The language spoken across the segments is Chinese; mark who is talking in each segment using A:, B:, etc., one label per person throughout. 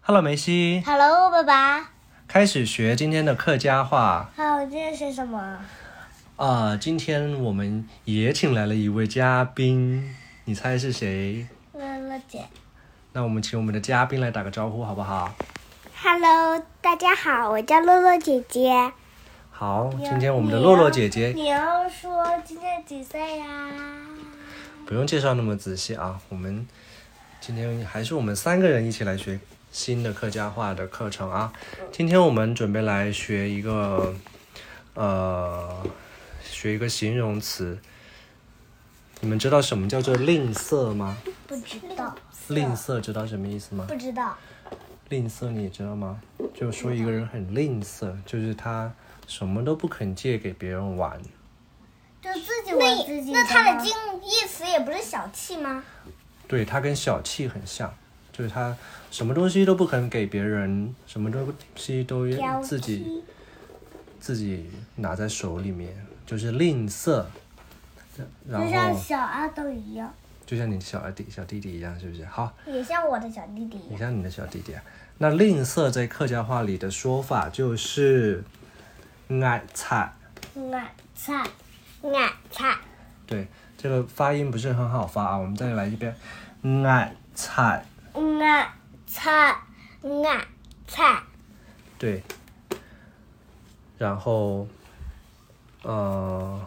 A: Hello，梅西，
B: Hello，爸爸。
A: 开始学今天的客家话。
B: 好，今天学什么？
A: 啊、今天我们也请来了一位嘉宾，你猜是谁？
B: 乐乐姐。
A: 那我们请我们的嘉宾来打个招呼，好不好？
B: Hello，大家好，我叫乐乐姐姐。
A: 好，今天我们的洛洛姐姐
B: 你要说今天几岁啊呀、
A: 不用介绍那么仔细啊，我们今天还是我们三个人一起来学新的客家话的课程啊。今天我们准备来学一个，呃，学一个形容词。你们知道什么叫做吝啬吗？
B: 不知道，
A: 吝啬知道什么意思吗？
B: 不知道。
A: 吝啬你也知道吗？就说一个人很吝啬，就是他什么都不肯借给别人玩。
B: 就自己我自己
C: 那他的
B: 吗
C: 近义词也不是小气吗？
A: 对他跟小气很像，就是他什么东西都不肯给别人，什么东西都
B: 挑剔
A: 自己自己拿在手里面，就是吝啬。然
B: 就像
A: 后
B: 小阿斗一样，
A: 就像你小弟小弟弟一样，是不是？好，
C: 也像我的小弟弟一
A: 你
C: 样，
A: 像你的小弟弟啊。那吝啬在客家话里的说法就是爱菜。嗯
B: 俺菜，
C: 俺菜
A: 对，这个发音不是很好发啊，我们再来一遍，嗯爱菜。
B: 俺
C: 菜俺菜，
A: 对，然后，呃，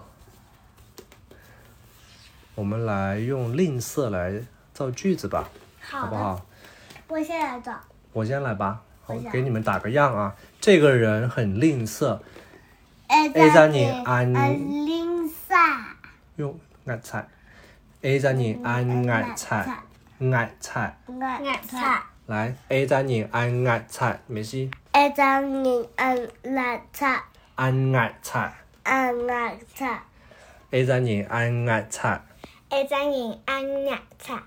A: 我们来用吝啬来造句子吧，好不好？
B: 我先来找。
A: 我先来吧，好，给你们打个样啊。这个人很吝啬，
B: A
A: A 哎在你安
B: 零三，
A: 用爱菜，A 在你安爱菜，爱菜，
B: 俺
C: 俺菜。
A: 来，A 在你安爱菜，梅西，
B: A 在你安俺菜，
A: 安爱菜
B: 安俺菜。
A: ，A 在你安爱菜
C: 爱在你安俺菜，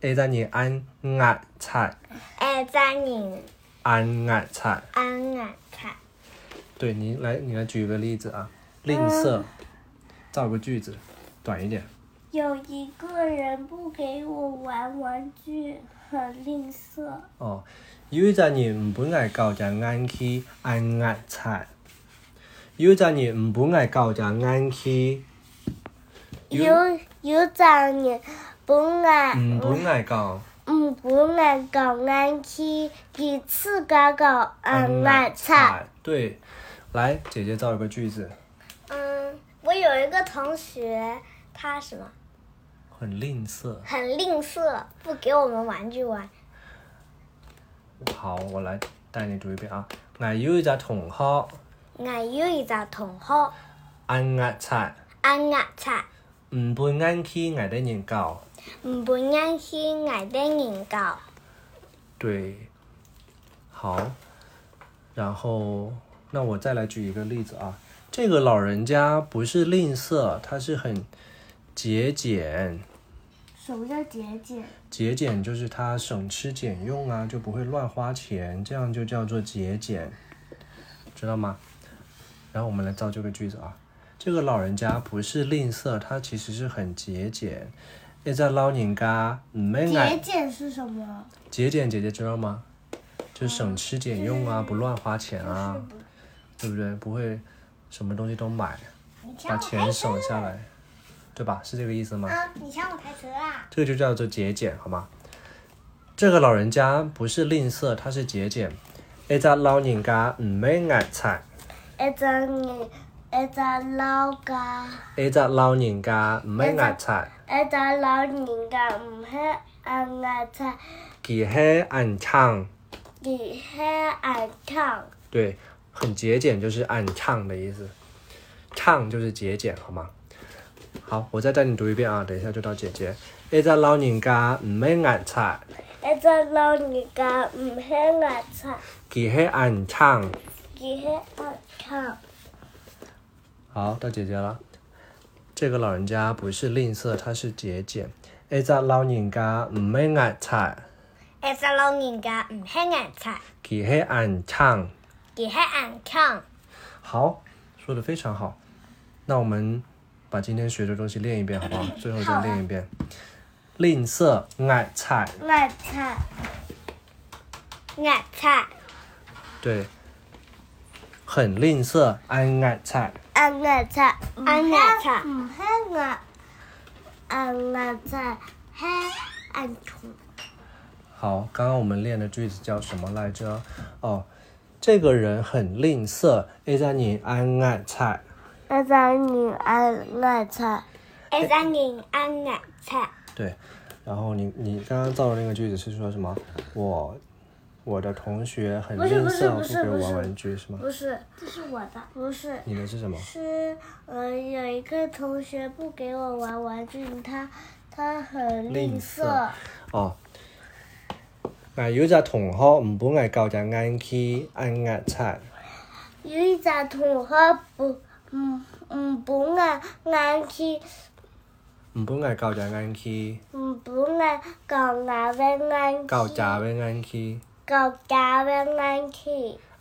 A: ，A 在你安爱菜，
C: 爱在你
A: 安爱菜。
C: 安俺菜，
A: 对你来，你来举个例子啊，吝啬，造个句子，短一点。
B: 有一个人不给我玩玩具，很吝啬。
A: 哦，有阵人唔本爱教就眼去眼压菜，有阵人唔本爱教就眼去，
B: 有有阵人本来
A: 唔本爱教
B: 唔本来嗯搞眼去，一次搞搞俺俺菜。。
A: 对，来，姐姐造一个句子，
C: 嗯，我有一个同学，他什么
A: 很吝啬。
C: 很吝啬，不给我们玩具玩，
A: 好，我来带你读一遍啊。我有一只同学
C: 俺有一个同学
A: 眼压菜，
C: 安俺菜，
A: 唔本眼嗯去爱得人教。
C: 唔本俺去俺的人教，
A: 对，好，然后那我再来举一个例子啊，这个老人家不是吝啬，他是很节俭，
B: 什么叫节俭？
A: 节俭就是他省吃俭用啊，就不会乱花钱，这样就叫做节俭，知道吗？然后我们来造这个句子啊，这个老人家不是吝啬，他其实是很节俭，一直老人家唔免爱
B: 节俭是什么？
A: 节俭姐姐知道吗？就省吃俭用啊，不乱花钱啊，对不对？不会什么东西都买，把钱省下来，对吧？是这个意思吗？
C: 啊，你抢我台词啦！
A: 这个就叫做节俭，好吗？这个老人家不是吝啬，他是节俭。一只老人家唔买爱菜，
B: 一只人，一只老家，
A: 一只哎老人家唔买爱菜，
B: 一只老人家唔系俺俺菜，
A: 佢系按唱，
B: 而系俺唱。
A: 对，很节俭就是按唱的意思，唱就是节俭，好吗？好，我再带你读一遍啊，等一下就到姐姐。一只老人家唔买爱菜，
B: 一只老人家唔系牙刷，
A: 佢系按唱。
B: 而系牙刷。
A: 好，到姐姐了。这个老人家不是吝啬，他是节俭。一只老人家唔买爱菜，
C: 爱在老人家唔系俺菜，
A: 佢系按唱。
C: 而系俺唱。
A: 好，说的非常好。那我们把今天学的东西练一遍，好不好？最后再练一遍。吝啬爱菜，
B: 牙刷，
C: 俺菜，
A: 对，很吝啬，安爱菜。
B: 俺俺菜，
C: 俺俺菜
B: 唔系我，俺俺菜，系俺虫。
A: 好，刚刚我们练的句子叫什么来着？哦，这个人很吝啬，一在你安爱菜。
B: 一阵你俺俺菜，
C: 一三零俺俺菜，
A: 对，然后你你刚刚造的那个句子是说什么？我我的同学很
C: 不是
A: 吝
C: 不是
A: 啬，
C: 不是
A: 给我
C: 不是
A: 玩具是吗？
C: 不是
B: 这是我的。
C: 不是
A: 你的是什么？
C: 是呃有一个同学不给我玩玩具，他他很
A: 吝
C: 吝
A: 啬
C: 啬，
A: 哦，俺有只同学唔本爱教只眼去安眼菜，
B: 有一只同学不，嗯嗯不爱俺去，
A: 唔本爱教只眼去
B: 嗯不爱讲俺问俺
A: 教只嘅眼去
B: 搞家问俺去，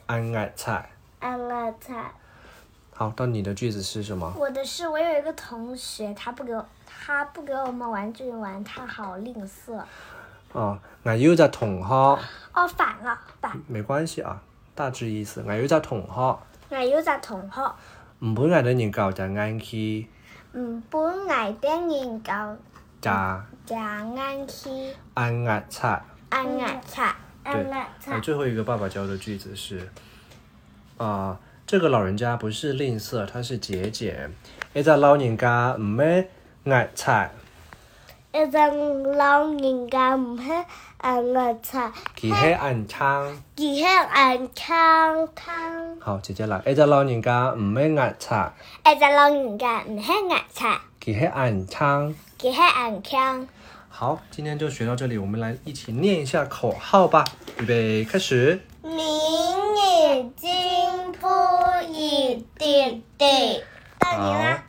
A: 安眼菜。
B: 俺俺菜。
A: 好，到你的句子是什么？
C: 我的是，我有一个同学，他不给我，他不给我们玩具玩，他好吝啬。
A: 哦，俺有只同学，
C: 哦，反了，反。
A: 没关系啊，大致意思，俺有只同学
C: 我有只同学，
A: 唔本爱得人教只眼去
C: 唔本来的人教
A: 只
C: 食眼去
A: 安眼菜。
C: 按眼菜，
A: 对
C: 按眼，
A: 那
C: 菜。
A: 最后一个爸爸教的句子是，啊、这个老人家不是吝啬，他是节俭。一个老人家唔咩爱菜，
B: 一阵老人家唔系俺俺菜，
A: 其实暗餐。
B: 而系俺康康。
A: 好，姐姐来。一个老人家唔咩爱菜，
C: 一只老人家唔系眼菜，
A: 其实暗餐。
C: 佢系眼腔。
A: 好，今天就学到这里，我们来一起念一下口号吧。预备，开始。
B: 明月金铺一点点。到
A: 好，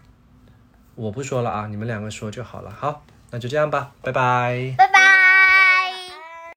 A: 我不说了啊，你们两个说就好了。好，那就这样吧，拜拜。
B: 拜拜。